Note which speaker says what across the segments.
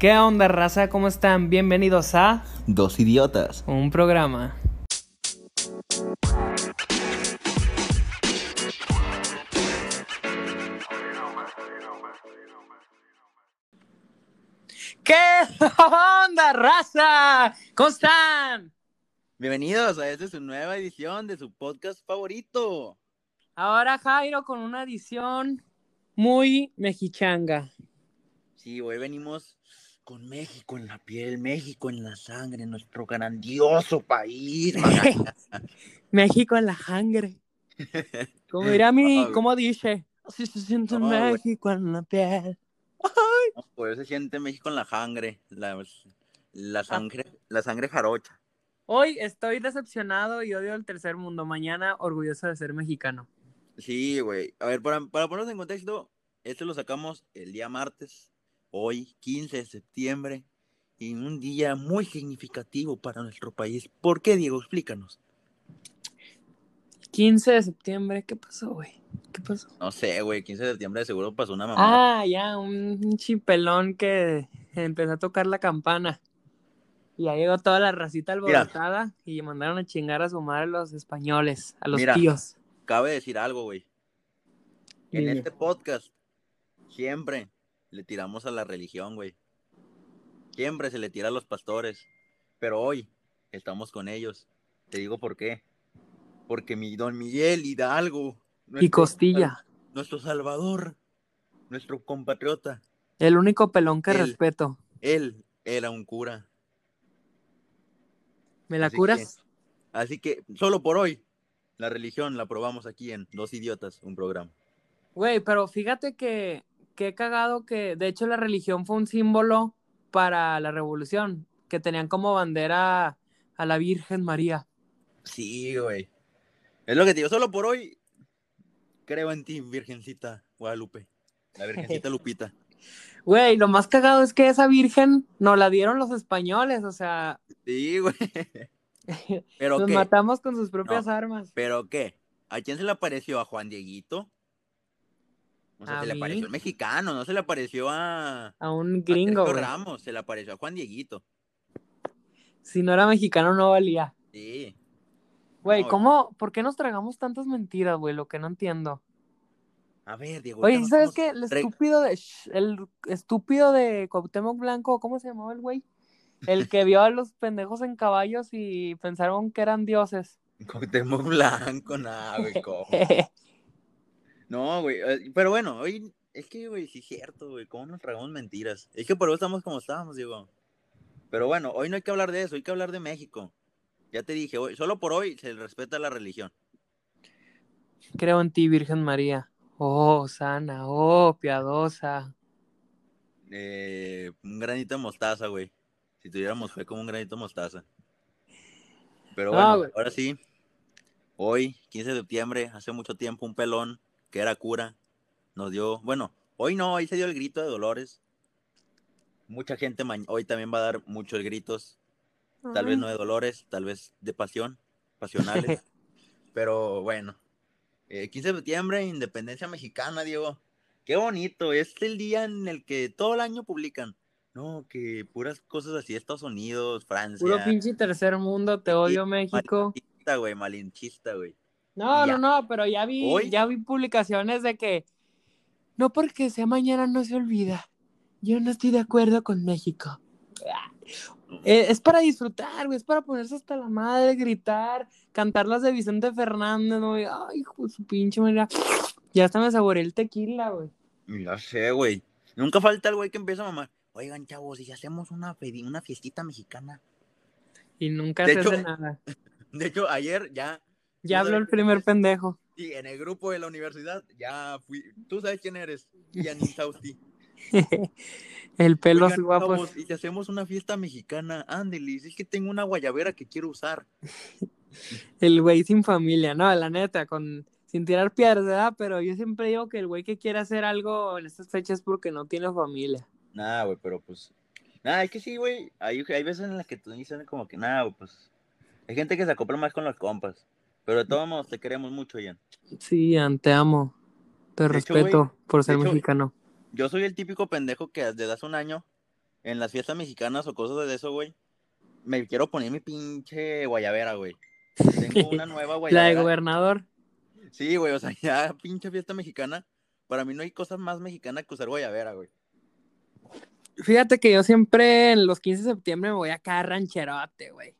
Speaker 1: ¿Qué onda, raza? ¿Cómo están? Bienvenidos a
Speaker 2: Dos idiotas.
Speaker 1: un programa. ¿Qué onda, raza? ¿Cómo están?
Speaker 2: Bienvenidos a esta su nueva edición de su podcast favorito.
Speaker 1: Ahora Jairo con una edición muy mexichanga.
Speaker 2: Sí, hoy venimos con México en la piel, México en la sangre, nuestro grandioso país.
Speaker 1: México en la sangre. Como dirá mi,
Speaker 2: Ah,
Speaker 1: como dice, así se siente
Speaker 2: Ah, güey.
Speaker 1: México en la piel.
Speaker 2: Por eso se siente México en la sangre, la, la sangre, la sangre jarocha.
Speaker 1: Hoy estoy decepcionado y odio el tercer mundo. Mañana orgulloso de ser mexicano.
Speaker 2: Sí, güey. A ver, para, para ponernos en contexto, este lo sacamos el día martes, hoy, 15 de septiembre, y un día muy significativo para nuestro país. ¿Por qué, Diego? Explícanos.
Speaker 1: 15 de septiembre, ¿qué pasó, güey? ¿Qué pasó?
Speaker 2: No sé, güey, 15 de septiembre seguro pasó una mamá.
Speaker 1: Ah, ya, un chipelón que empezó a tocar la campana. Y ahí llegó toda la racita
Speaker 2: Mira.
Speaker 1: alborotada y mandaron a chingar a su madre a los españoles, a los
Speaker 2: Mira.
Speaker 1: tíos.
Speaker 2: Cabe decir algo, güey. En
Speaker 1: Dime.
Speaker 2: este podcast, siempre le tiramos a la religión, güey. Siempre se le tira a los pastores. Pero hoy estamos con ellos. Te digo por qué. Porque mi don Miguel Hidalgo.
Speaker 1: Y
Speaker 2: nuestro-
Speaker 1: Costilla,
Speaker 2: Nuestro Salvador. Nuestro compatriota.
Speaker 1: el único pelón que
Speaker 2: Él.
Speaker 1: respeto.
Speaker 2: Él era un cura.
Speaker 1: ¿Me la
Speaker 2: Así que-
Speaker 1: curas?
Speaker 2: Así que, solo por hoy, la religión la probamos aquí en Dos Idiotas, un programa.
Speaker 1: Güey, pero fíjate que, que he cagado que, de hecho, la religión fue un símbolo para la revolución, que tenían como bandera a la Virgen María.
Speaker 2: Sí, güey. Es lo que te digo, solo por hoy creo en ti, Virgencita Guadalupe. La Virgencita Lupita.
Speaker 1: Güey, lo más cagado es que esa Virgen nos la dieron los españoles, o sea,
Speaker 2: Sí, güey. ¿Pero
Speaker 1: nos
Speaker 2: qué?
Speaker 1: matamos con sus propias armas.
Speaker 2: ¿Pero qué? ¿A quién se le apareció? ¿A Juan Dieguito? O sea,
Speaker 1: A
Speaker 2: se le
Speaker 1: mí.
Speaker 2: apareció al mexicano, no se le apareció a, a
Speaker 1: A un
Speaker 2: Sergio
Speaker 1: gringo, güey.
Speaker 2: Ramos, se le apareció a Juan Dieguito.
Speaker 1: Si no era mexicano, no valía.
Speaker 2: Sí.
Speaker 1: Güey,
Speaker 2: No,
Speaker 1: ¿cómo? ¿Por qué nos tragamos tantas mentiras, güey? Lo que no entiendo.
Speaker 2: A ver, Diego.
Speaker 1: Oye,
Speaker 2: ahorita
Speaker 1: ¿sí
Speaker 2: nos
Speaker 1: ¿sabes
Speaker 2: vamos-
Speaker 1: qué? El
Speaker 2: Re-
Speaker 1: estúpido de sh- el estúpido de Cuauhtémoc Blanco, ¿cómo se llamaba el güey? El que vio a los pendejos en caballos y pensaron que eran dioses.
Speaker 2: Cuauhtémoc Blanco, nada, güey, ¿cómo? No, güey, eh, pero bueno, hoy es que, güey, sí es cierto, güey, cómo nos tragamos mentiras. Es que por eso estamos como estábamos, Diego. Pero bueno, hoy no hay que hablar de eso, hay que hablar de México. Ya te dije, hoy, solo por hoy se respeta la religión.
Speaker 1: Creo en ti, Virgen María. Oh, sana, oh, piadosa.
Speaker 2: Eh, un granito de mostaza, güey. Si tuviéramos fue como un granito de mostaza. Pero
Speaker 1: No,
Speaker 2: bueno,
Speaker 1: güey.
Speaker 2: ahora sí. Hoy, 15 de septiembre, hace mucho tiempo, un pelón que era cura nos dio. Bueno, hoy no, hoy se dio el grito de Dolores. Mucha gente ma- hoy también va a dar muchos gritos. Tal vez no de dolores, tal vez de pasión, pasionales. pero bueno, Eh, 15 de septiembre, independencia mexicana, Diego. Qué bonito, es el día en el que todo el año publican. No, que puras cosas así, Estados Unidos, Francia.
Speaker 1: Puro pinche tercer mundo, te odio, México.
Speaker 2: Malinchista, güey, malinchista, güey.
Speaker 1: No, no,
Speaker 2: Ya.
Speaker 1: no, pero ya vi,
Speaker 2: Hoy-
Speaker 1: ya vi publicaciones de que no porque sea mañana no se olvida. Yo no estoy de acuerdo con México. Ah. Eh, es para disfrutar, güey, es para ponerse hasta la madre, gritar, cantar las de Vicente Fernández, güey. Ay, hijo de su pinche manera. Ya hasta me saboreé el tequila, güey.
Speaker 2: Ya sé, güey. Nunca falta el güey que empieza a mamar. Oigan, chavos, ¿y si hacemos una, fedi- una fiestita mexicana?
Speaker 1: Y nunca
Speaker 2: De
Speaker 1: se
Speaker 2: hecho-
Speaker 1: hace nada.
Speaker 2: De hecho, ayer ya
Speaker 1: Ya
Speaker 2: tú
Speaker 1: habló el
Speaker 2: sabes que-
Speaker 1: primer pendejo.
Speaker 2: Sí, en el grupo de la universidad ya fui. Tú sabes quién eres, Ian Sausti.
Speaker 1: el pelo
Speaker 2: Oigan,
Speaker 1: así guapo.
Speaker 2: chavos, Y si hacemos una fiesta mexicana, ándeles, es que tengo una guayabera que quiero usar.
Speaker 1: El güey sin familia, no, la neta, con sin tirar piedras, ¿verdad? Pero yo siempre digo que el güey que quiere hacer algo en estas fechas es porque no tiene familia.
Speaker 2: Nah, güey, pero pues. Nah, es que sí, güey. Hay, hay veces en las que tú dices como que, nah, güey, pues. Hay gente que se acopla más con los compas. Pero de todos modos, te queremos mucho, Ian.
Speaker 1: Sí, Ian, te amo. Te
Speaker 2: De hecho,
Speaker 1: respeto
Speaker 2: güey,
Speaker 1: por ser
Speaker 2: de hecho,
Speaker 1: mexicano.
Speaker 2: Yo soy el típico pendejo que desde hace un año en las fiestas mexicanas o cosas de eso, güey, me quiero poner mi pinche guayabera, güey. Tengo una
Speaker 1: La
Speaker 2: nueva
Speaker 1: de
Speaker 2: guayabera.
Speaker 1: gobernador.
Speaker 2: Sí, güey, o sea, ya pinche fiesta mexicana. Para mí no hay cosa más mexicana que usar guayabera, güey.
Speaker 1: Fíjate que yo siempre en los 15 de septiembre me voy acá rancherote, güey.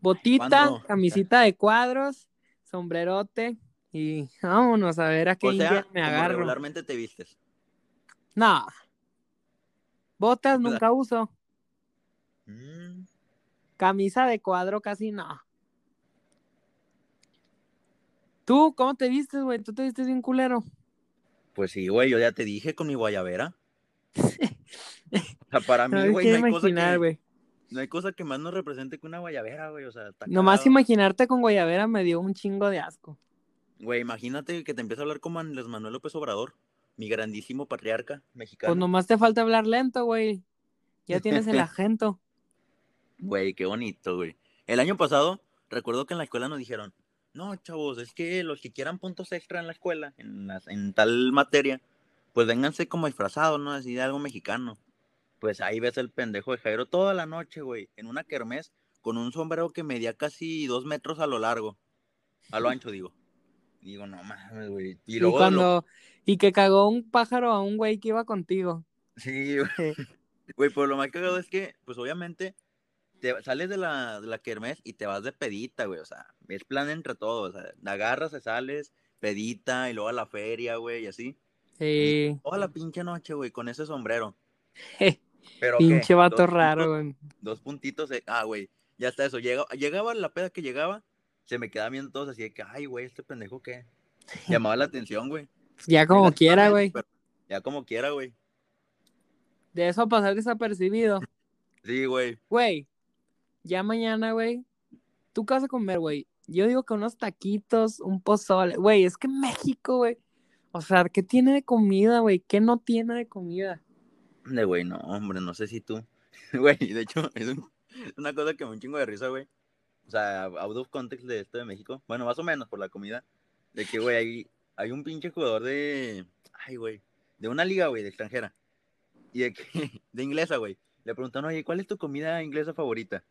Speaker 1: Botita,
Speaker 2: ¿cuándo?
Speaker 1: camisita de cuadros, sombrerote y vámonos a ver a qué
Speaker 2: O sea,
Speaker 1: india me
Speaker 2: como
Speaker 1: agarro.
Speaker 2: regularmente te vistes.
Speaker 1: No. Botas
Speaker 2: ¿Verdad?
Speaker 1: nunca uso.
Speaker 2: Mm,
Speaker 1: Camisa de cuadro casi no. ¿Tú cómo te vistes, güey? ¿Tú te vistes bien culero?
Speaker 2: Pues sí, güey, yo ya te dije con mi guayabera. O sea, para
Speaker 1: No
Speaker 2: mí, güey, no,
Speaker 1: quiero
Speaker 2: hay cosa
Speaker 1: imaginar,
Speaker 2: que-
Speaker 1: güey.
Speaker 2: no hay cosa que más nos represente que una guayabera, güey. O sea, está
Speaker 1: Nomás
Speaker 2: cagado.
Speaker 1: imaginarte con guayabera me dio un chingo de asco. Pues
Speaker 2: Güey, imagínate que te empieza a hablar como Andrés Manuel López Obrador, mi grandísimo patriarca
Speaker 1: Pues
Speaker 2: mexicano.
Speaker 1: nomás te falta hablar lento, güey. Ya tienes el agento.
Speaker 2: Güey, qué bonito, güey. El año pasado, recuerdo que en la escuela nos dijeron, no, chavos, es que los que quieran puntos extra en la escuela, en, las- en tal materia, pues vénganse como disfrazados, ¿no? Así de algo mexicano. Pues ahí ves el pendejo de Jairo toda la noche, güey, en una kermés, con un sombrero que medía casi dos metros a lo largo, a lo ancho, digo. Digo, no mames, güey. Y
Speaker 1: Y,
Speaker 2: luego, lo-
Speaker 1: cuando... y que cagó un pájaro a un güey que iba contigo.
Speaker 2: sí, güey. Güey, pues lo más cagado es que, pues obviamente, te sales de la, de la kermés y te vas de pedita, güey. O sea, es plan entre todos. O sea, agarras, te sales, pedita y luego a la feria, güey, y así.
Speaker 1: Sí.
Speaker 2: Toda la pinche noche, güey, con ese sombrero.
Speaker 1: Je,
Speaker 2: Pero ¿qué?
Speaker 1: Pinche vato
Speaker 2: Dos
Speaker 1: raro,
Speaker 2: puntos-
Speaker 1: güey.
Speaker 2: Dos puntitos. eh, Ah, güey, ya está eso. Llega, llegaba la peda que llegaba, se me quedaba viendo todos así de que, ay, güey, este pendejo qué. Llamaba la atención, güey.
Speaker 1: Ya como quiera,
Speaker 2: Negativamente,
Speaker 1: güey.
Speaker 2: pero Ya como quiera, güey.
Speaker 1: De eso a pasar desapercibido.
Speaker 2: Sí, güey.
Speaker 1: Güey, ya mañana, güey. ¿Tú qué vas a comer, güey? Yo digo que unos taquitos, un pozole. Güey, es que México, güey. O sea, ¿qué tiene de comida, güey? ¿Qué no tiene de comida?
Speaker 2: De güey, no, hombre, no sé si tú. Güey, de hecho, es un- es una cosa que me da un chingo de risa, güey. O sea, out of context de esto de México. Bueno, más o menos por la comida. De que, güey, hay, hay un pinche jugador de. Ay, güey. De una liga, güey, de extranjera. Y de que. De inglesa, güey. Le preguntaron, oye, ¿cuál es tu comida inglesa favorita?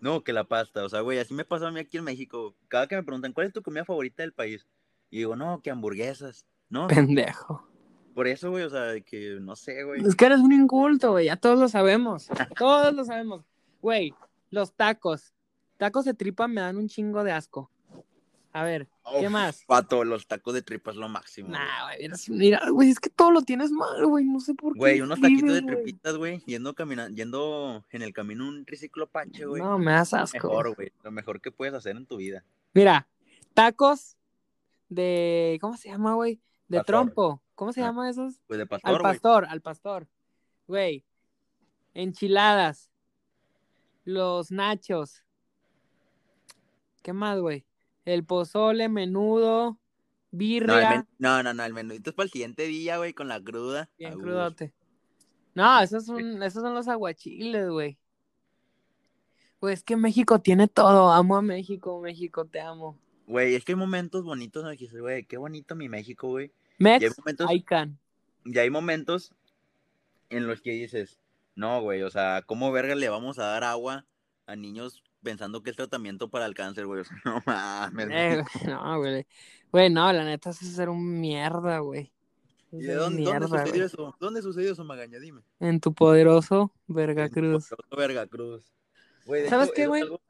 Speaker 2: No, que la pasta. O sea, güey, así me pasa a mí aquí en México. Cada que me preguntan, ¿cuál es tu comida favorita del país? Y digo, no, que hamburguesas. No,
Speaker 1: Pendejo.
Speaker 2: por eso, güey, o sea, de que no sé, güey.
Speaker 1: Es que eres un inculto, güey. Ya todos lo sabemos. Todos lo sabemos. Güey, los tacos. Tacos de tripa me dan un chingo de asco. A ver, ¿qué
Speaker 2: Uf,
Speaker 1: más?
Speaker 2: Pato, los tacos de tripa es lo máximo. güey.
Speaker 1: Nah, güey. eres- Mira, güey, es que todo lo tienes mal, güey. No sé por qué.
Speaker 2: Güey, unos taquitos de
Speaker 1: vives, güey.
Speaker 2: tripitas, güey, yendo caminando, yendo en el camino un triciclo pache, güey.
Speaker 1: No, me das asco.
Speaker 2: mejor, güey, lo mejor que puedes hacer en tu vida.
Speaker 1: Mira, tacos de. ¿Cómo se llama, güey? De
Speaker 2: Pastor.
Speaker 1: trompo. ¿Cómo se
Speaker 2: Ah,
Speaker 1: llama esos?
Speaker 2: Pues de
Speaker 1: Al
Speaker 2: pastor, güey.
Speaker 1: pastor, al pastor. Güey. Enchiladas. Los nachos. ¿Qué más, güey? El pozole, menudo,
Speaker 2: No, el
Speaker 1: birria.
Speaker 2: men- no, no, no, el menudito es para el siguiente día, güey, con la cruda.
Speaker 1: Bien
Speaker 2: Agus.
Speaker 1: crudote. No, esos son, esos son los aguachiles, güey. Pues es que México tiene todo. Amo a México, México, te amo.
Speaker 2: Güey, es que hay momentos bonitos en los que dices, güey, qué bonito mi México, güey. Y hay
Speaker 1: Mex,
Speaker 2: momentos,
Speaker 1: Icon.
Speaker 2: y hay momentos en los que dices, no, güey, o sea, ¿cómo verga le vamos a dar agua a niños pensando que es tratamiento para el cáncer, güey? O sea, no mames. güey.
Speaker 1: Eh, güey, no, güey. Güey, no, la neta es ser un mierda, güey. Es
Speaker 2: ¿Y de
Speaker 1: un
Speaker 2: dónde, dónde
Speaker 1: mierda,
Speaker 2: sucedió
Speaker 1: güey.
Speaker 2: eso? ¿Dónde sucedió eso, Magaña? Dime.
Speaker 1: En tu poderoso Veracruz.
Speaker 2: En Puerto Veracruz. Güey, de
Speaker 1: ¿Sabes
Speaker 2: hecho,
Speaker 1: qué,
Speaker 2: eso es
Speaker 1: güey?
Speaker 2: algo-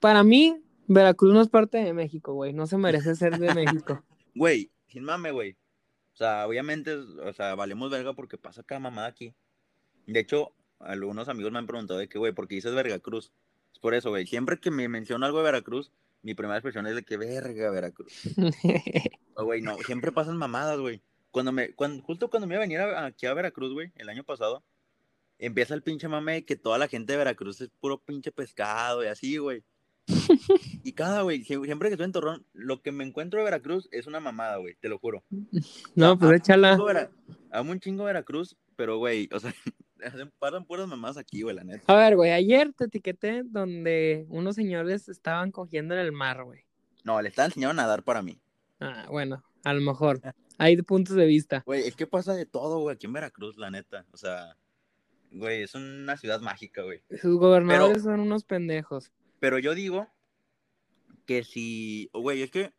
Speaker 1: Para mí, Veracruz no es parte de México, güey. No se merece ser de México.
Speaker 2: Güey, sin mame, güey. O sea, obviamente, o sea, valemos verga porque pasa cada mamada aquí. De hecho, algunos amigos me han preguntado de que, güey, ¿por qué dices Veracruz? Es por eso, güey. Siempre que me menciona algo de Veracruz, mi primera expresión es de que verga Veracruz. O, Ah, Güey, no, siempre pasan mamadas, güey. Cuando me, cuando, justo cuando me iba a venir a- aquí a Veracruz, güey, el año pasado, empieza el pinche mame de que toda la gente de Veracruz es puro pinche pescado y así, güey. Y cada, güey, sie- siempre que estoy en Torrón, lo que me encuentro de Veracruz es una mamada, güey, te lo juro.
Speaker 1: no, pues échala.
Speaker 2: Amo Vera- Amo un chingo Veracruz, pero, güey, o sea, hacen- pasan puras mamadas aquí, güey, la neta.
Speaker 1: A ver, güey, ayer te etiqueté donde unos señores estaban cogiendo en el mar, güey.
Speaker 2: No, le están enseñando a nadar para mí.
Speaker 1: Ah, bueno, a lo mejor. Hay puntos de vista.
Speaker 2: Güey, es que pasa de todo, güey, aquí en Veracruz, la neta. O sea, Güey, es una ciudad mágica, güey.
Speaker 1: Sus gobernadores son unos pendejos.
Speaker 2: Pero yo digo que si, güey, es que,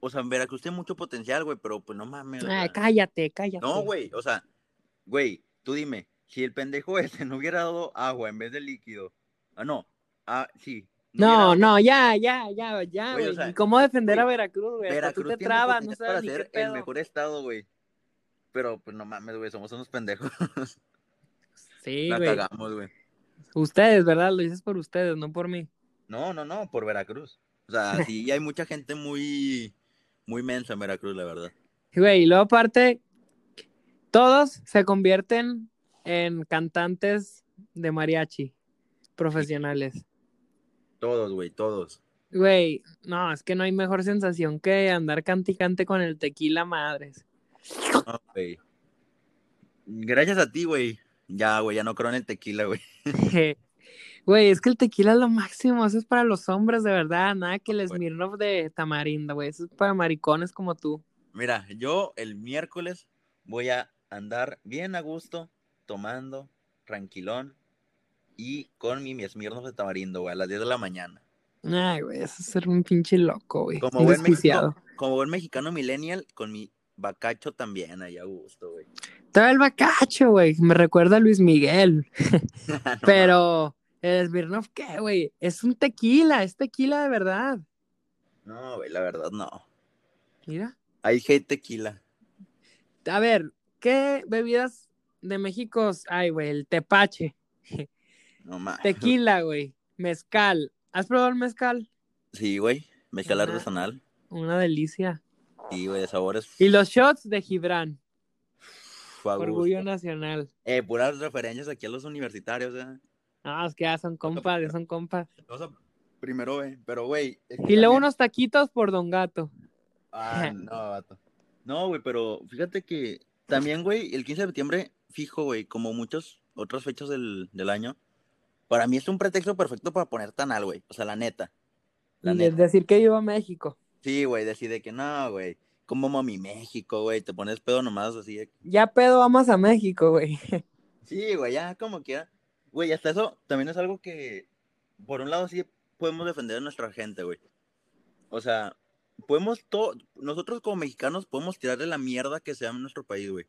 Speaker 2: o sea, en Veracruz tiene mucho potencial, güey, pero pues no mames. o
Speaker 1: Ay,
Speaker 2: sea,
Speaker 1: Ah, cállate, cállate.
Speaker 2: no, güey, o sea, güey, tú dime, si el pendejo ese no hubiera dado agua en vez de líquido, ah, no, ah, sí.
Speaker 1: No,
Speaker 2: hubiera-
Speaker 1: no, ya, ya, ya, ya,
Speaker 2: Güey, o
Speaker 1: güey.
Speaker 2: sea,
Speaker 1: ¿Y cómo defender a
Speaker 2: güey,
Speaker 1: Veracruz, güey? Hasta
Speaker 2: Veracruz
Speaker 1: tú te
Speaker 2: tiene
Speaker 1: trabas, no
Speaker 2: potencial
Speaker 1: sabes
Speaker 2: para
Speaker 1: ni qué
Speaker 2: ser
Speaker 1: pedo.
Speaker 2: el mejor estado, güey. Pero pues no mames, güey, somos unos pendejos.
Speaker 1: Sí,
Speaker 2: La
Speaker 1: güey.
Speaker 2: cagamos, güey.
Speaker 1: Ustedes, ¿verdad? Lo dices por ustedes, no por mí.
Speaker 2: No, no, no, por Veracruz. O sea, sí hay mucha gente muy, muy mensa en Veracruz, la verdad.
Speaker 1: Güey, y luego aparte, todos se convierten en cantantes de mariachi profesionales.
Speaker 2: Todos, güey, todos.
Speaker 1: Güey, no, es que no hay mejor sensación que andar canticante con el tequila madres.
Speaker 2: No, güey. Gracias a ti, güey. Ya, güey, ya no creo en el tequila, güey.
Speaker 1: Güey, es que el tequila es lo máximo, eso es para los hombres de verdad, nada que el
Speaker 2: Güey.
Speaker 1: Smirnoff de tamarindo, güey, eso es para maricones como tú.
Speaker 2: Mira, yo el miércoles voy a andar bien a gusto, tomando, tranquilón y con mi, mi Smirnoff de tamarindo, güey, a las 10 de la mañana.
Speaker 1: Ay, güey, eso es ser un pinche loco, güey.
Speaker 2: Como
Speaker 1: un
Speaker 2: buen,
Speaker 1: desquiciado.
Speaker 2: mexicano, como buen mexicano millennial, con mi bacacho también, ahí a gusto, güey.
Speaker 1: Todo el bacacho, güey, me recuerda a Luis Miguel.
Speaker 2: No mames.
Speaker 1: Pero el Smirnoff, ¿qué, güey? Es un tequila, es tequila de verdad.
Speaker 2: No, güey, la verdad, no.
Speaker 1: Mira.
Speaker 2: Hay hate tequila.
Speaker 1: A ver, ¿qué bebidas de México? Ay, güey, el tepache,
Speaker 2: No mames.
Speaker 1: tequila, güey, mezcal. ¿Has probado el mezcal?
Speaker 2: Sí, güey. Mezcal
Speaker 1: Ajá.
Speaker 2: artesanal.
Speaker 1: Una delicia.
Speaker 2: Sí, güey, de sabores.
Speaker 1: Y los shots de Gibran,
Speaker 2: uf, a
Speaker 1: orgullo
Speaker 2: gusto.
Speaker 1: nacional.
Speaker 2: Eh, puras referencias aquí a los universitarios, ¿eh?
Speaker 1: Ah, es que ya son compas, ya son compas.
Speaker 2: O sea, primero, güey. Pero, güey. es que
Speaker 1: Y luego
Speaker 2: también-
Speaker 1: unos taquitos por Don Gato.
Speaker 2: Ah, no, vato. No, güey, pero fíjate que también, güey, el 15 de septiembre, fijo, güey, como muchos otras fechas del, del año, para mí es un pretexto perfecto para poner tanal, güey. O sea, la neta. La
Speaker 1: Y
Speaker 2: neta.
Speaker 1: es decir que vivo a México.
Speaker 2: Sí, güey, decide que no, güey. Como mami México, güey, te pones pedo nomás así de
Speaker 1: Ya pedo, amas a México, güey.
Speaker 2: Sí, güey, ya como quiera. Güey, hasta eso también es algo que, por un lado, sí podemos defender a nuestra gente, güey. O sea, podemos todo, nosotros como mexicanos podemos tirarle la mierda que sea en nuestro país, güey.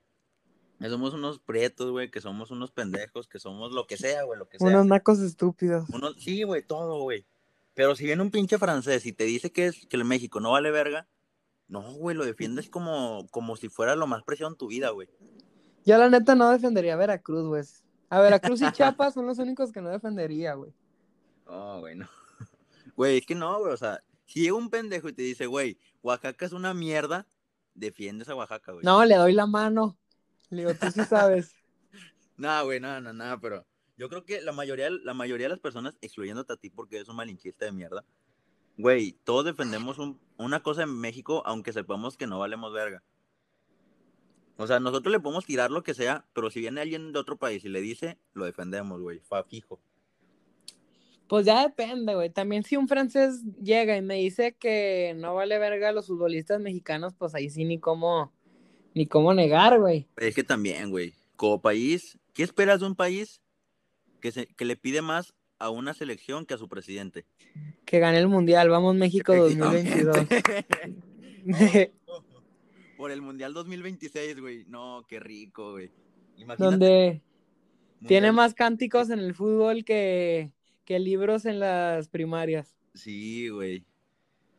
Speaker 2: Que somos unos prietos, güey, que somos unos pendejos, que somos lo que sea, güey, lo que sea.
Speaker 1: Unos nacos estúpidos.
Speaker 2: Uno- sí, güey, todo, güey. Pero si viene un pinche francés y te dice que, es, que el México no vale verga, no, güey, lo defiendes como, como si fuera lo más preciado en tu vida, güey.
Speaker 1: Yo la neta no defendería a Veracruz, güey. A Veracruz y Chiapas son los únicos que no defendería, güey.
Speaker 2: No, güey, no. Güey, es que no, güey, o sea, si llega un pendejo y te dice, güey, Oaxaca es una mierda, defiendes a Oaxaca, güey.
Speaker 1: No, le doy la mano. Le digo, tú sí sabes.
Speaker 2: No, güey, no, no, no, pero yo creo que la mayoría, la mayoría de las personas, excluyéndote a ti porque eres un malinchista de mierda, güey, todos defendemos un- una cosa en México aunque sepamos que no valemos verga. O sea, nosotros le podemos tirar lo que sea, pero si viene alguien de otro país y le dice, lo defendemos, güey, fa fijo.
Speaker 1: Pues ya depende, güey. También si un francés llega y me dice que no vale verga los futbolistas mexicanos, pues ahí sí ni cómo, ni cómo negar, güey.
Speaker 2: Es que también, güey, como país, ¿qué esperas de un país que, se, que le pide más a una selección que a su presidente?
Speaker 1: Que gane el Mundial. Vamos México 2022.
Speaker 2: Efectivamente. Por el Mundial 2026, güey. No, qué rico, güey. Imagínate,
Speaker 1: Donde
Speaker 2: Mundial-
Speaker 1: tiene más cánticos en el fútbol que, que libros en las primarias.
Speaker 2: Sí, güey.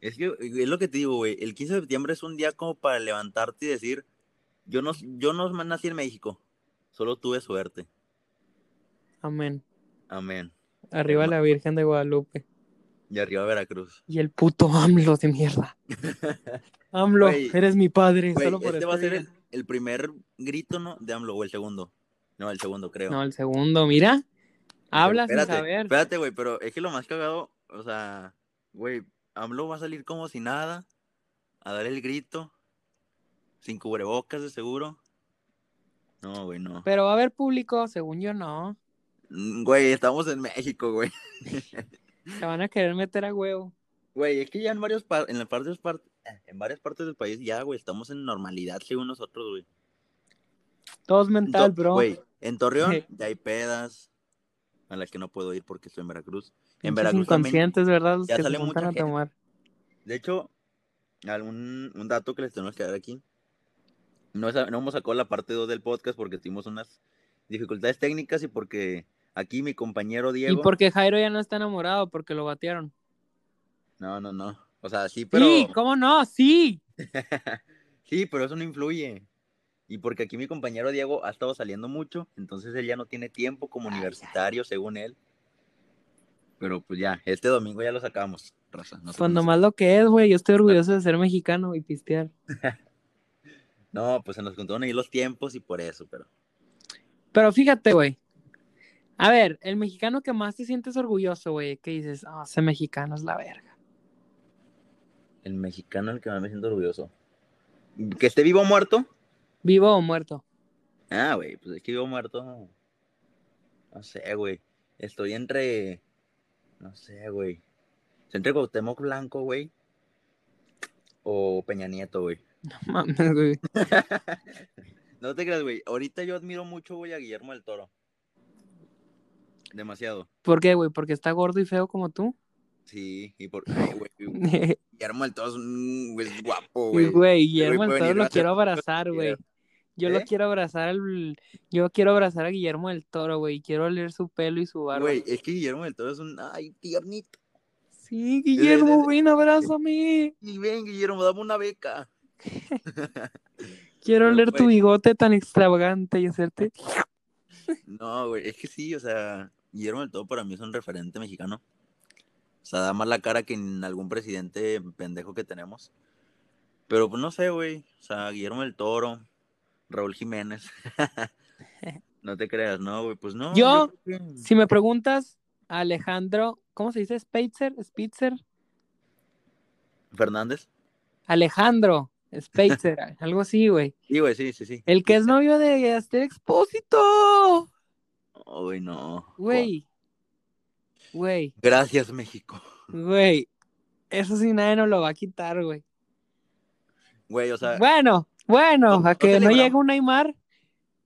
Speaker 2: Es que güey, es lo que te digo, güey. El 15 de septiembre es un día como para levantarte y decir, yo no, yo no nací en México, solo tuve suerte.
Speaker 1: Amén.
Speaker 2: Amén.
Speaker 1: Arriba la Virgen de Guadalupe.
Speaker 2: Y arriba Veracruz.
Speaker 1: Y el puto AMLO de mierda. AMLO,
Speaker 2: Güey.
Speaker 1: eres mi padre.
Speaker 2: Güey,
Speaker 1: solo por
Speaker 2: este va a
Speaker 1: este
Speaker 2: ser el,
Speaker 1: día.
Speaker 2: el primer grito, ¿no? De AMLO, o el segundo. No, el segundo, creo.
Speaker 1: No, el segundo, mira. Habla sin
Speaker 2: espérate,
Speaker 1: saber.
Speaker 2: Espérate, güey, pero es que lo más cagado, o sea, güey, AMLO va a salir como si nada, a dar el grito, sin cubrebocas de seguro. No, güey, no.
Speaker 1: Pero va a haber público, según yo no.
Speaker 2: Mm, Güey, estamos en México, güey.
Speaker 1: Se van a querer meter a huevo.
Speaker 2: Güey, es que ya en varios par- en las partes par- en varias partes del país ya, güey, estamos en normalidad según nosotros, güey.
Speaker 1: Todo es mental,
Speaker 2: Ento-
Speaker 1: bro.
Speaker 2: Güey, en Torreón
Speaker 1: Sí.
Speaker 2: ya hay pedas a las que no puedo ir porque estoy en Veracruz. En
Speaker 1: Pinches
Speaker 2: Veracruz también.
Speaker 1: inconscientes, ¿verdad? Los
Speaker 2: ya
Speaker 1: que se
Speaker 2: sale mucha
Speaker 1: juntan a
Speaker 2: gente.
Speaker 1: tomar.
Speaker 2: De hecho, algún un dato que les tenemos que dar aquí. No, sa- no hemos sacado la parte 2 del podcast porque tuvimos unas dificultades técnicas y porque aquí mi compañero Diego.
Speaker 1: Y porque Jairo ya no está enamorado, porque lo batearon.
Speaker 2: No, no, no. O sea, sí, pero.
Speaker 1: Sí, ¿cómo no? Sí.
Speaker 2: sí, pero eso no influye. Y porque aquí mi compañero Diego ha estado saliendo mucho, entonces él ya no tiene tiempo como universitario, según él. Pero pues ya, este domingo ya lo sacamos, raza. no se
Speaker 1: Pues
Speaker 2: nos-
Speaker 1: nomás lo que es, güey. Yo estoy orgulloso de ser mexicano y pistear.
Speaker 2: No, pues se nos contaron ahí los tiempos y por eso, pero.
Speaker 1: Pero fíjate, güey. A ver, el mexicano que más te sientes orgulloso, güey, que dices, ah, ese mexicano es la verga.
Speaker 2: El mexicano el que más me siento orgulloso. ¿Que esté vivo o muerto?
Speaker 1: ¿Vivo o muerto?
Speaker 2: Ah, güey, pues es que vivo o muerto. No sé, güey. Estoy entre. No sé, güey. Estoy entre Cuauhtémoc Blanco, güey. O Peña Nieto, güey.
Speaker 1: No mames, güey.
Speaker 2: No te creas, güey. Ahorita yo admiro mucho, güey, a Guillermo del Toro. Demasiado.
Speaker 1: ¿Por qué, güey? ¿Porque está gordo y feo como tú?
Speaker 2: Sí, y por. Ay, güey, Guillermo del Toro es, un- güey, es guapo,
Speaker 1: Y,
Speaker 2: güey.
Speaker 1: Güey, Guillermo
Speaker 2: puede
Speaker 1: del Toro
Speaker 2: venir a
Speaker 1: lo
Speaker 2: hacer
Speaker 1: quiero
Speaker 2: muchos
Speaker 1: abrazar, güey.
Speaker 2: videos.
Speaker 1: Yo lo
Speaker 2: ¿Eh?
Speaker 1: quiero abrazar al... Yo quiero abrazar a Guillermo del Toro, güey. Quiero oler su pelo y su barba.
Speaker 2: Güey, es que Guillermo del Toro es un. Ay, tiernito.
Speaker 1: Sí,
Speaker 2: de-
Speaker 1: Guillermo,
Speaker 2: de-
Speaker 1: ven, abrázame.
Speaker 2: Y ven, Guillermo, dame una beca.
Speaker 1: Quiero
Speaker 2: Pero,
Speaker 1: oler tu
Speaker 2: güey.
Speaker 1: bigote tan extravagante y hacerte...
Speaker 2: No, güey, es que sí, o sea, Guillermo del Toro para mí es un referente mexicano. O sea, da más la cara que en algún presidente pendejo que tenemos. Pero pues no sé, güey. O sea, Guillermo del Toro, Raúl Jiménez. no te creas, no, güey, pues no.
Speaker 1: Yo-
Speaker 2: creo que-
Speaker 1: Si me preguntas, Alejandro, ¿cómo se dice? Spitzer, Spitzer,
Speaker 2: Fernández.
Speaker 1: Alejandro, Spitzer, algo así, güey.
Speaker 2: Sí, güey, sí, sí, sí.
Speaker 1: El que es novio de Aster Expósito,
Speaker 2: No, güey, no.
Speaker 1: güey, güey,
Speaker 2: Gracias, México.
Speaker 1: güey. Eso sí nadie nos lo va a quitar, güey.
Speaker 2: Güey, o sea,
Speaker 1: Bueno,
Speaker 2: no-
Speaker 1: bueno,
Speaker 2: no
Speaker 1: a que no
Speaker 2: celebramos.
Speaker 1: llega un Neymar,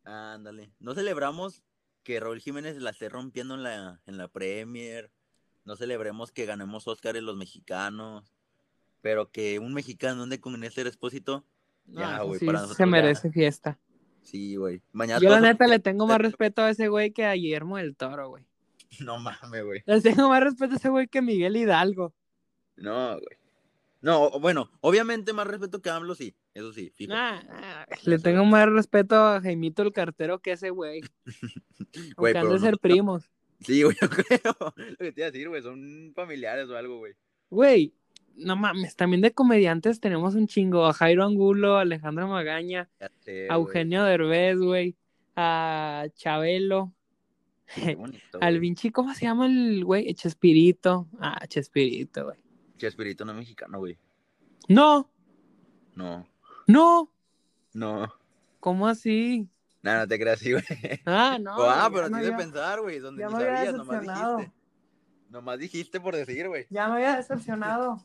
Speaker 2: ándale. No celebramos que Raúl Jiménez la esté rompiendo en la, en la Premier. No celebremos que ganemos Óscares los mexicanos. Pero que un mexicano ande con este expósito.
Speaker 1: no,
Speaker 2: Ya,
Speaker 1: eso
Speaker 2: güey,
Speaker 1: sí
Speaker 2: para
Speaker 1: se
Speaker 2: nosotros ya.
Speaker 1: merece fiesta.
Speaker 2: Sí, güey. Mañana
Speaker 1: Yo la
Speaker 2: todos-
Speaker 1: neta le tengo más respeto a ese güey que a Guillermo del Toro, güey.
Speaker 2: No mames, güey.
Speaker 1: Le tengo más respeto a ese güey que a Miguel Hidalgo.
Speaker 2: No, güey. No, o- bueno, obviamente más respeto que AMLO, sí. Eso sí, fijo.
Speaker 1: Nah, nah, le tengo más respeto a Jaimito el cartero que a ese güey.
Speaker 2: Güey,
Speaker 1: Aunque han
Speaker 2: pero
Speaker 1: de
Speaker 2: no-
Speaker 1: ser primos.
Speaker 2: Sí, güey, yo creo. Lo que te iba a decir, güey, son familiares o algo, güey.
Speaker 1: Güey, no mames, también de comediantes tenemos un chingo. A Jairo Angulo, a Alejandro Magaña,
Speaker 2: Ya sé,
Speaker 1: a
Speaker 2: güey.
Speaker 1: Eugenio Derbez, güey, a Chabelo,
Speaker 2: Qué bonito,
Speaker 1: al
Speaker 2: güey.
Speaker 1: Vinci, ¿cómo se llama el güey? Chespirito. Ah, Chespirito, güey.
Speaker 2: Chespirito no es mexicano, güey.
Speaker 1: No,
Speaker 2: No,
Speaker 1: no,
Speaker 2: no.
Speaker 1: ¿cómo así?
Speaker 2: Nada, no te creas así, güey.
Speaker 1: Ah, no.
Speaker 2: ah,
Speaker 1: ya
Speaker 2: pero
Speaker 1: me
Speaker 2: te hice
Speaker 1: había-
Speaker 2: pensar, güey. Donde
Speaker 1: ya
Speaker 2: ni
Speaker 1: me había
Speaker 2: sabías, nomás
Speaker 1: decepcionado.
Speaker 2: dijiste. Nomás dijiste por decir, güey.
Speaker 1: ya me había decepcionado.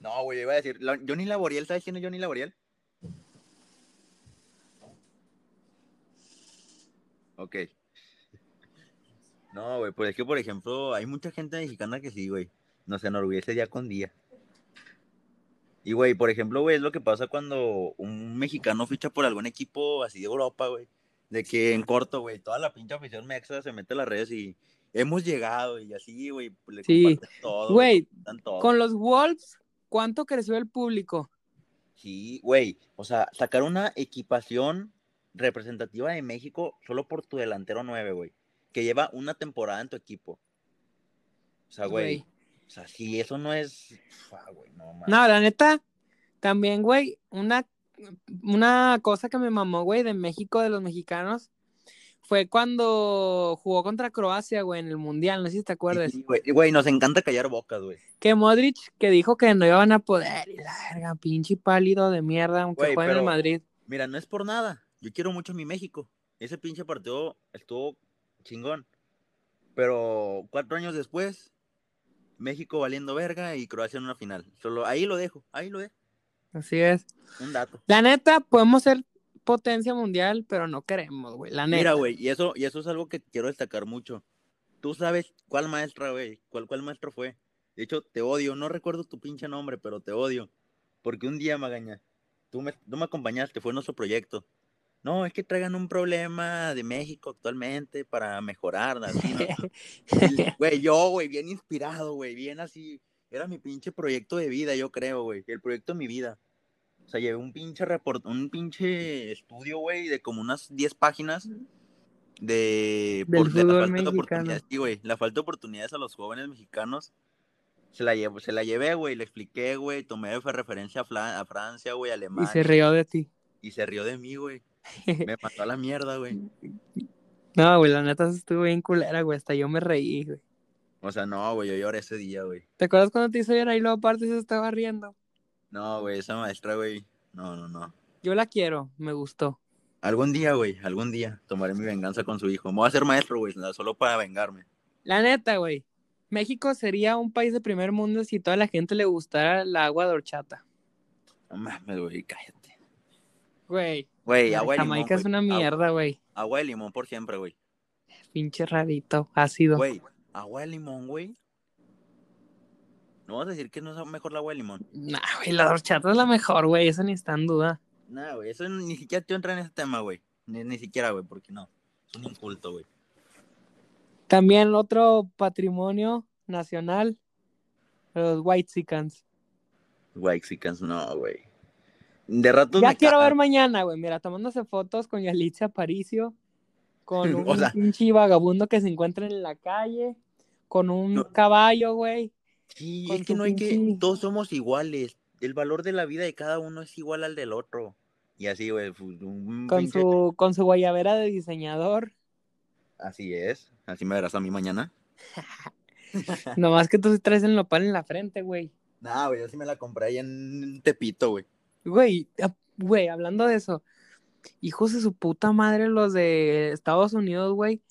Speaker 2: No, güey, iba a decir. la- Johnny Laboriel, ¿sabes quién es Johnny Laboriel? Ok. No, güey, pues es que, por ejemplo, hay mucha gente mexicana que sí, güey. Nos enorgullece día con día. Y, güey, por ejemplo, güey, es lo que pasa cuando un mexicano ficha por algún equipo así de Europa, güey. De que en corto, güey, toda la pinche afición mexa se mete a las redes y hemos llegado y así, güey. Le
Speaker 1: Sí.
Speaker 2: comparten todo.
Speaker 1: Güey,
Speaker 2: comparten todo.
Speaker 1: con los Wolves, ¿cuánto creció el público?
Speaker 2: Sí, güey. O sea, sacar una equipación representativa de México solo por tu delantero 9, güey. Que lleva una temporada en tu equipo. O sea, Ah, güey.
Speaker 1: Güey.
Speaker 2: O sea, sí, eso no es. Fua, güey, no, mames.
Speaker 1: No, la neta, también, güey, una, una cosa que me mamó, güey, de México, de los mexicanos, fue cuando jugó contra Croacia, güey, en el Mundial, no sé si te acuerdas.
Speaker 2: Sí, güey. Güey, nos encanta callar bocas, güey.
Speaker 1: Que Modric, que dijo que no iban a poder, y la verga, pinche pálido de mierda, aunque
Speaker 2: Güey,
Speaker 1: juegue en el
Speaker 2: pero-
Speaker 1: Madrid.
Speaker 2: Mira, no es por nada. Yo quiero mucho a mi México. Ese pinche partido estuvo chingón. Pero cuatro años después, México valiendo verga y Croacia en una final. Solo ahí lo dejo, ahí lo dejo.
Speaker 1: Así es.
Speaker 2: Un dato.
Speaker 1: La neta, podemos ser potencia mundial, pero no queremos, güey. La neta.
Speaker 2: Mira, güey, y eso, y eso es algo que quiero destacar mucho. Tú sabes cuál maestra, güey, cuál, cuál maestro fue. De hecho, te odio, no recuerdo tu pinche nombre, pero te odio. Porque un día, Magaña, tú me, tú me acompañaste, fue nuestro proyecto. No, es que traigan un problema de México actualmente para mejorar. así, ¿no? Y, Güey, yo, güey, bien inspirado, güey, bien así. Era mi pinche proyecto de vida, yo creo, güey. El proyecto de mi vida. O sea, llevé un pinche report, un pinche estudio, güey, de como unas 10 páginas de,
Speaker 1: Del
Speaker 2: de
Speaker 1: fútbol
Speaker 2: la falta de
Speaker 1: mexicano.
Speaker 2: oportunidades. Sí, güey, la falta de oportunidades a los jóvenes mexicanos. Se la, llevo, se la llevé, güey, le expliqué, güey, tomé de referencia a, Fla- a Francia, güey, a
Speaker 1: Y
Speaker 2: Alemania.
Speaker 1: se rió de ti.
Speaker 2: y se rió de mí, güey. Me mató a la mierda, güey.
Speaker 1: No, güey, la neta sí estuvo bien culera, güey. Hasta yo me reí, güey.
Speaker 2: O sea, no, güey, yo lloré ese día, güey.
Speaker 1: ¿Te acuerdas cuando te hizo llorar y luego aparte se estaba riendo?
Speaker 2: No, güey, esa maestra, güey. No, no, no.
Speaker 1: Yo la quiero, me gustó.
Speaker 2: Algún día, güey, algún día tomaré mi venganza con su hijo. Me voy a ser maestro, güey, nada, solo para vengarme.
Speaker 1: La neta, güey. México sería un país de primer mundo si toda la gente le gustara la agua de horchata.
Speaker 2: No mames, güey, cállate.
Speaker 1: Güey,
Speaker 2: Güey,
Speaker 1: la
Speaker 2: agua de limón.
Speaker 1: Jamaica es
Speaker 2: Ah, güey.
Speaker 1: una
Speaker 2: Agua-
Speaker 1: mierda, güey.
Speaker 2: Agua de limón por siempre, güey.
Speaker 1: Pinche rarito, ácido.
Speaker 2: Güey, agua de limón, güey. No vas a decir que no es mejor la agua de limón.
Speaker 1: Nah, güey, la horchata es la mejor, güey. Eso ni está en duda.
Speaker 2: Nada, güey, eso ni siquiera te entra en ese tema, güey. Ni, ni siquiera, güey, porque no. Es un inculto, güey.
Speaker 1: También otro patrimonio nacional, los White
Speaker 2: Güey, chicas, no, güey. De rato
Speaker 1: Ya
Speaker 2: me
Speaker 1: quiero
Speaker 2: cagan.
Speaker 1: ver mañana, güey. Mira, tomándose fotos con Yalitza Aparicio, con un
Speaker 2: O sea-
Speaker 1: pinche vagabundo que se encuentra en la calle, con un
Speaker 2: No.
Speaker 1: caballo, güey.
Speaker 2: Sí,
Speaker 1: con
Speaker 2: es que
Speaker 1: tu
Speaker 2: no hay que,
Speaker 1: pinche-
Speaker 2: todos somos iguales. El valor de la vida de cada uno es igual al del otro. Y así, güey, fu- un
Speaker 1: Con
Speaker 2: pinche-
Speaker 1: su, con su guayabera de diseñador.
Speaker 2: Así es, así me verás a mí mañana.
Speaker 1: Nomás que tú sí traes el nopal en la frente, güey.
Speaker 2: Nah, güey, yo sí me la compré allá en Tepito, güey.
Speaker 1: Güey, ah, güey, hablando de eso. Hijos de su puta madre los de Estados Unidos, güey.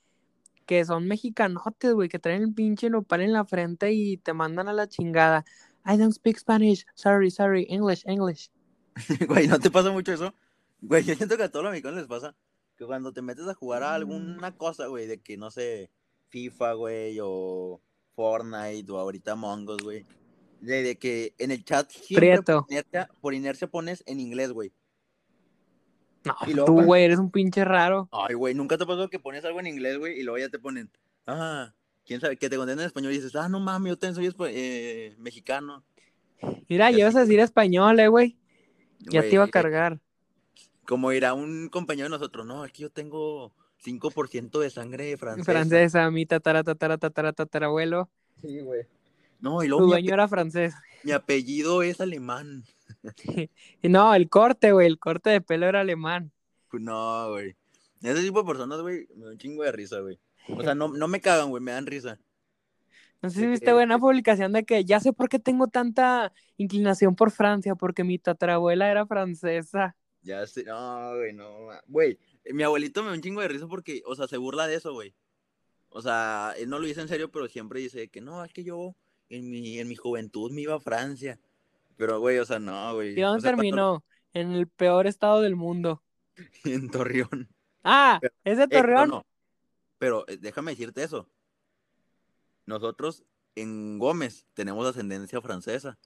Speaker 1: Que son mexicanotes, güey, que traen el pinche nopal en la frente y te mandan a la chingada. I don't speak Spanish. Sorry, sorry. English, English.
Speaker 2: Güey, ¿no te pasa mucho eso? Güey, yo siento que a todos los mexicanos les pasa que cuando te metes a jugar a alguna cosa, güey, de que no sé, FIFA, güey, o Fortnite, o ahorita Mongos, güey, de, de que en el chat siempre
Speaker 1: Prieto.
Speaker 2: por inercia, por inercia pones en inglés, güey.
Speaker 1: No,
Speaker 2: Y luego
Speaker 1: tú,
Speaker 2: pa-
Speaker 1: güey, eres un pinche raro.
Speaker 2: Ay, güey, nunca te pasó que pones algo en inglés, güey, y luego ya te ponen, ah, quién sabe, que te contestan en español y dices, ah, no mames, yo también soy espa- eh, mexicano.
Speaker 1: Mira,
Speaker 2: Ya
Speaker 1: llevas
Speaker 2: sí.
Speaker 1: a decir español, eh, güey. Ya
Speaker 2: Güey,
Speaker 1: te iba a
Speaker 2: eh,
Speaker 1: cargar.
Speaker 2: Como irá un compañero de nosotros, no, es que yo tengo 5% de sangre francesa.
Speaker 1: Francesa, mi tatara, tatara, tatara, tatarabuelo.
Speaker 2: Sí, güey. No, y luego
Speaker 1: Tu
Speaker 2: mi,
Speaker 1: dueño era francés.
Speaker 2: ape- mi apellido es alemán.
Speaker 1: Y no, el corte, güey, el corte de pelo era alemán.
Speaker 2: Pues no, güey. Ese tipo de personas, güey, me da un chingo de risa, güey. O sea, no, no me cagan, güey, me dan risa.
Speaker 1: No sé
Speaker 2: De
Speaker 1: si
Speaker 2: que-
Speaker 1: viste, güey, una publicación de que ya sé por qué tengo tanta inclinación por Francia, porque mi tatarabuela era francesa.
Speaker 2: Ya sé, no, güey, no, ma- güey, eh, mi abuelito me da un chingo de risa porque, o sea, se burla de eso, güey. O sea, él no lo dice en serio, pero siempre dice que no, es que yo en mi, en mi juventud me iba a Francia. Pero, güey, o sea, no, güey.
Speaker 1: ¿Y dónde
Speaker 2: O sea, cuando-
Speaker 1: terminó? En el peor estado del mundo.
Speaker 2: En Torreón.
Speaker 1: Ah,
Speaker 2: Pero-
Speaker 1: es de
Speaker 2: Eh, pero
Speaker 1: Torreón.
Speaker 2: no, pero eh, déjame decirte eso. Nosotros en Gómez tenemos ascendencia francesa.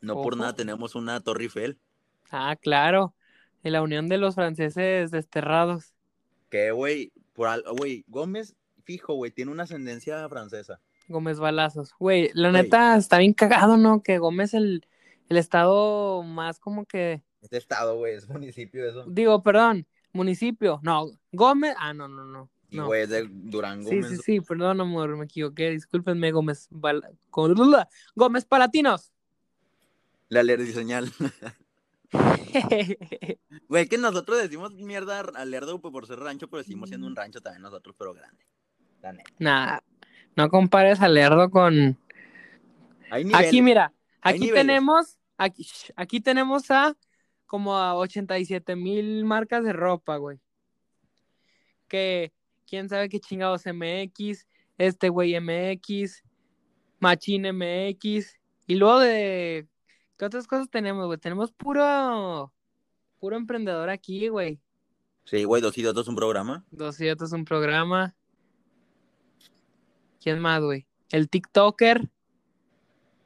Speaker 2: No por
Speaker 1: Ojo.
Speaker 2: nada tenemos una Torre Eiffel.
Speaker 1: Ah, claro. En la unión de los franceses desterrados.
Speaker 2: Que, güey, por al- güey, Gómez, fijo, güey, tiene una ascendencia francesa.
Speaker 1: Gómez Balazos. Güey, la
Speaker 2: Güey.
Speaker 1: neta está bien cagado, ¿no? Que Gómez el, el estado más como que.
Speaker 2: Es de estado, güey, es municipio eso.
Speaker 1: Digo, perdón, municipio. No, Gómez. Ah, no, no, no.
Speaker 2: Y,
Speaker 1: no.
Speaker 2: güey, es de Durango.
Speaker 1: sí, sí,
Speaker 2: menso.
Speaker 1: sí, perdón, amor, me equivoqué. Discúlpenme, Gómez. Bal- con- Gómez Palatinos.
Speaker 2: La señal. Güey, que nosotros decimos mierda al Lerdo por ser rancho, pero decimos siendo un
Speaker 1: Mm.
Speaker 2: rancho también nosotros, pero grande. La neta.
Speaker 1: nah, no compares a Lerdo con.
Speaker 2: Hay niveles.
Speaker 1: Aquí, mira,
Speaker 2: Hay
Speaker 1: aquí
Speaker 2: niveles.
Speaker 1: tenemos. Aquí, shh, aquí tenemos a como a 87 mil marcas de ropa, güey. Que quién sabe qué chingados MX, este güey MX, Machine MX, y luego de. ¿Qué otras cosas tenemos, güey? Tenemos puro. Puro emprendedor aquí, güey.
Speaker 2: Sí, güey, dos idiotas un programa.
Speaker 1: Dos idiotas un programa. ¿Quién más, güey? El TikToker.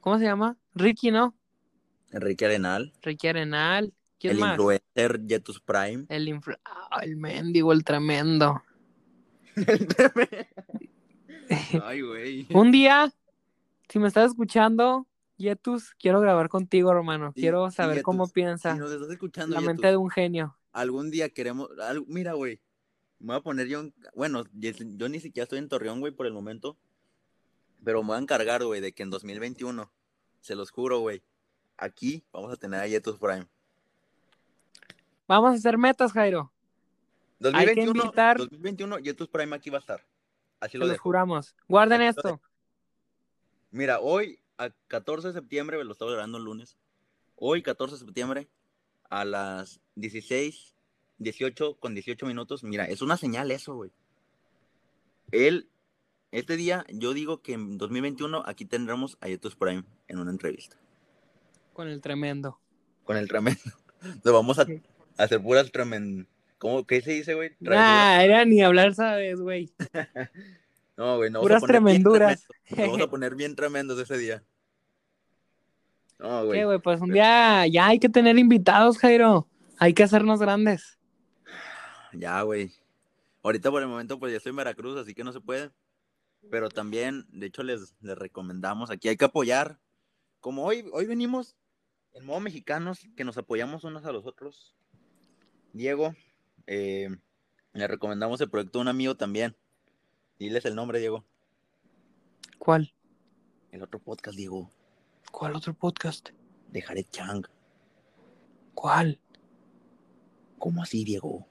Speaker 1: ¿Cómo se llama? Ricky, ¿no?
Speaker 2: Enrique Arenal.
Speaker 1: Ricky Arenal. ¿Quién
Speaker 2: El
Speaker 1: más?
Speaker 2: influencer Jetus Prime.
Speaker 1: El influ... Ah, el mendigo, el tremendo.
Speaker 2: Ay, güey.
Speaker 1: Un día, si me estás escuchando, Yetus, quiero grabar contigo, hermano.
Speaker 2: Sí,
Speaker 1: Quiero
Speaker 2: sí,
Speaker 1: saber cómo
Speaker 2: Yetus.
Speaker 1: piensa
Speaker 2: Si nos estás escuchando,
Speaker 1: la
Speaker 2: Yetus,
Speaker 1: mente de un genio.
Speaker 2: algún día queremos. al- Mira, güey. Me voy a poner yo. en- Bueno, yo yo ni siquiera estoy en Torreón, güey, por el momento. Pero me voy a encargar, güey, de que en 2021, se los juro, güey, aquí vamos a tener a Jetus Prime.
Speaker 1: Vamos a hacer metas, Jairo. Hay que
Speaker 2: 2021,
Speaker 1: invitar-
Speaker 2: 2021 Jetus Prime aquí va a estar. Así
Speaker 1: Te
Speaker 2: lo
Speaker 1: los
Speaker 2: dejo.
Speaker 1: juramos. Guarden
Speaker 2: Aquí lo
Speaker 1: esto.
Speaker 2: Mira, hoy, a 14 de septiembre, lo estaba grabando el lunes. Hoy, 14 de septiembre, a las 16, 18, con 18 minutos. Mira, es una señal eso, güey. Él, este día, yo digo que en 2021 aquí tendremos a Yetus Prime en una entrevista.
Speaker 1: Con el tremendo.
Speaker 2: Con el tremendo. Nos vamos a,
Speaker 1: Sí.
Speaker 2: a hacer puras tremendo. ¿Cómo? ¿Qué se dice, güey? Travesuras.
Speaker 1: Nah, era ni hablar, sabes, güey.
Speaker 2: No, güey, no.
Speaker 1: puras tremenduras.
Speaker 2: vamos a poner bien tremendos ese día. No,
Speaker 1: ¿Qué,
Speaker 2: güey.
Speaker 1: güey? Pues un día ya hay que tener invitados, Jairo. Hay que hacernos grandes.
Speaker 2: Ya, güey. Ahorita por el momento, pues ya estoy en Veracruz, así que no se puede. Pero también, de hecho, les, les recomendamos aquí, hay que apoyar. Como hoy, hoy venimos en modo mexicanos, que nos apoyamos unos a los otros. Diego, eh, le recomendamos el proyecto de un amigo también. Diles el nombre, Diego.
Speaker 1: ¿Cuál?
Speaker 2: El otro podcast, Diego,
Speaker 1: ¿Cuál otro podcast?
Speaker 2: de Jared Chang.
Speaker 1: ¿Cuál?
Speaker 2: ¿Cómo así, Diego?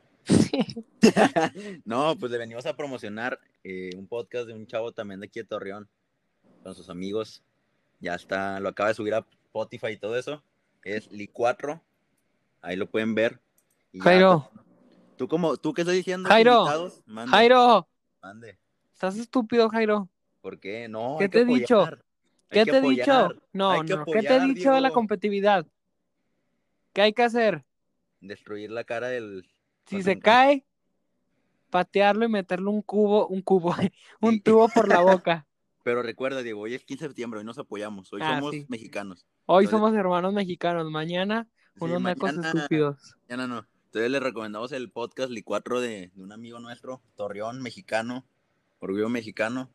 Speaker 2: no, pues le venimos a promocionar eh, un podcast de un chavo también de aquí de Torreón con sus amigos. Ya está, lo acaba de subir a Spotify y todo eso. Es Li4. Ahí lo pueden ver. Y ya,
Speaker 1: Jairo,
Speaker 2: ¿Tú, como, ¿Tú qué estás diciendo?
Speaker 1: Jairo,
Speaker 2: invitados? Mande,
Speaker 1: Jairo,
Speaker 2: mande.
Speaker 1: estás estúpido, Jairo.
Speaker 2: ¿por qué? No.
Speaker 1: ¿Qué
Speaker 2: hay
Speaker 1: te he
Speaker 2: que apoyar,
Speaker 1: dicho?
Speaker 2: hay
Speaker 1: ¿Qué te
Speaker 2: que
Speaker 1: he
Speaker 2: apoyar.
Speaker 1: dicho? No,
Speaker 2: hay que
Speaker 1: no, ¿qué te he
Speaker 2: apoyar,
Speaker 1: dicho de la
Speaker 2: Diego.
Speaker 1: competitividad? ¿Qué hay que hacer?
Speaker 2: Destruir la cara del.
Speaker 1: Si
Speaker 2: Pues
Speaker 1: se
Speaker 2: nunca.
Speaker 1: cae, patearlo y meterle un cubo, un cubo, un tubo por la boca.
Speaker 2: Pero recuerda, Diego, hoy es 15 de septiembre, hoy nos apoyamos, hoy
Speaker 1: Ah,
Speaker 2: somos
Speaker 1: sí.
Speaker 2: mexicanos.
Speaker 1: Hoy
Speaker 2: Entonces-
Speaker 1: somos hermanos mexicanos, mañana
Speaker 2: Sí,
Speaker 1: unos nacos
Speaker 2: mañana-
Speaker 1: estúpidos.
Speaker 2: Ya no, no. Entonces le recomendamos el podcast Licuatro de, de un amigo nuestro, Torreón, mexicano, orgullo mexicano.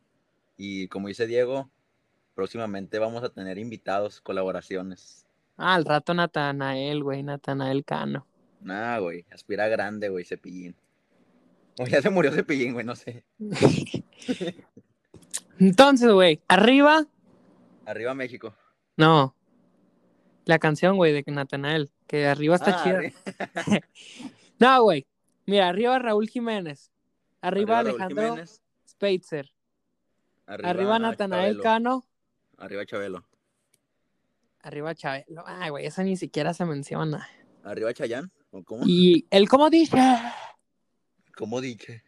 Speaker 2: Y como dice Diego, próximamente vamos a tener invitados, colaboraciones.
Speaker 1: Ah, al rato Natanael, güey, Natanael Cano.
Speaker 2: Nah, güey, aspira grande, güey, Cepillín. O ya se murió Cepillín, güey, no sé.
Speaker 1: Entonces, güey, arriba,
Speaker 2: Arriba México.
Speaker 1: no. La canción, güey, de Natanael, que arriba está
Speaker 2: Ah,
Speaker 1: chida.
Speaker 2: arri-
Speaker 1: No, güey. Mira, arriba Raúl Jiménez. Arriba,
Speaker 2: Raúl
Speaker 1: Alejandro
Speaker 2: Jiménez,
Speaker 1: Speitzer. Arriba, Natanael
Speaker 2: Chabelo,
Speaker 1: Cano.
Speaker 2: Arriba Chabelo.
Speaker 1: Arriba Chabelo. Ay, güey, esa ni siquiera se menciona.
Speaker 2: Arriba Chayán, ¿o cómo?
Speaker 1: Y el como dice.
Speaker 2: ¿Cómo dije?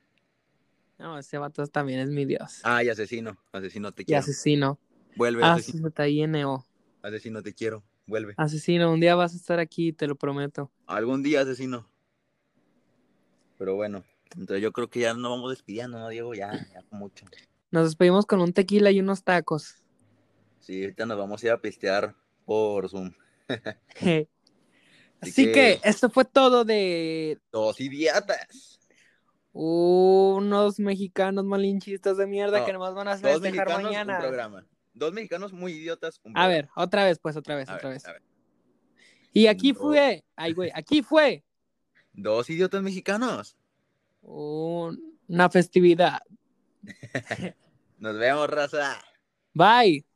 Speaker 1: No, ese vato también es mi dios.
Speaker 2: Ay, Ah, asesino, asesino,
Speaker 1: Y
Speaker 2: te
Speaker 1: Ah,
Speaker 2: quiero.
Speaker 1: asesino.
Speaker 2: Vuelve, asesino,
Speaker 1: AZINO.
Speaker 2: asesino, te quiero. Vuelve.
Speaker 1: E Asesino, un día vas a estar aquí, te lo prometo.
Speaker 2: Algún día, asesino. Pero bueno, entonces yo creo que ya nos vamos despidiendo, ¿no, Diego? Ya, ya mucho.
Speaker 1: Nos despedimos con un tequila y unos tacos.
Speaker 2: Sí, ahorita nos vamos a ir a pistear por Zoom.
Speaker 1: Así,
Speaker 2: que-
Speaker 1: que esto fue todo de
Speaker 2: Dos idiotas.
Speaker 1: unos mexicanos malinchistas de mierda
Speaker 2: No,
Speaker 1: que nomás van a
Speaker 2: Dos
Speaker 1: festejar
Speaker 2: mexicanos,
Speaker 1: mañana.
Speaker 2: un programa. Dos mexicanos muy idiotas, un
Speaker 1: A
Speaker 2: programa.
Speaker 1: ver, otra vez, pues, otra vez,
Speaker 2: A ver,
Speaker 1: otra vez.
Speaker 2: a ver.
Speaker 1: Y aquí
Speaker 2: No.
Speaker 1: fue, ay, güey, aquí fue
Speaker 2: Dos idiotas mexicanos.
Speaker 1: un- una festividad.
Speaker 2: Nos vemos, raza.
Speaker 1: Bye.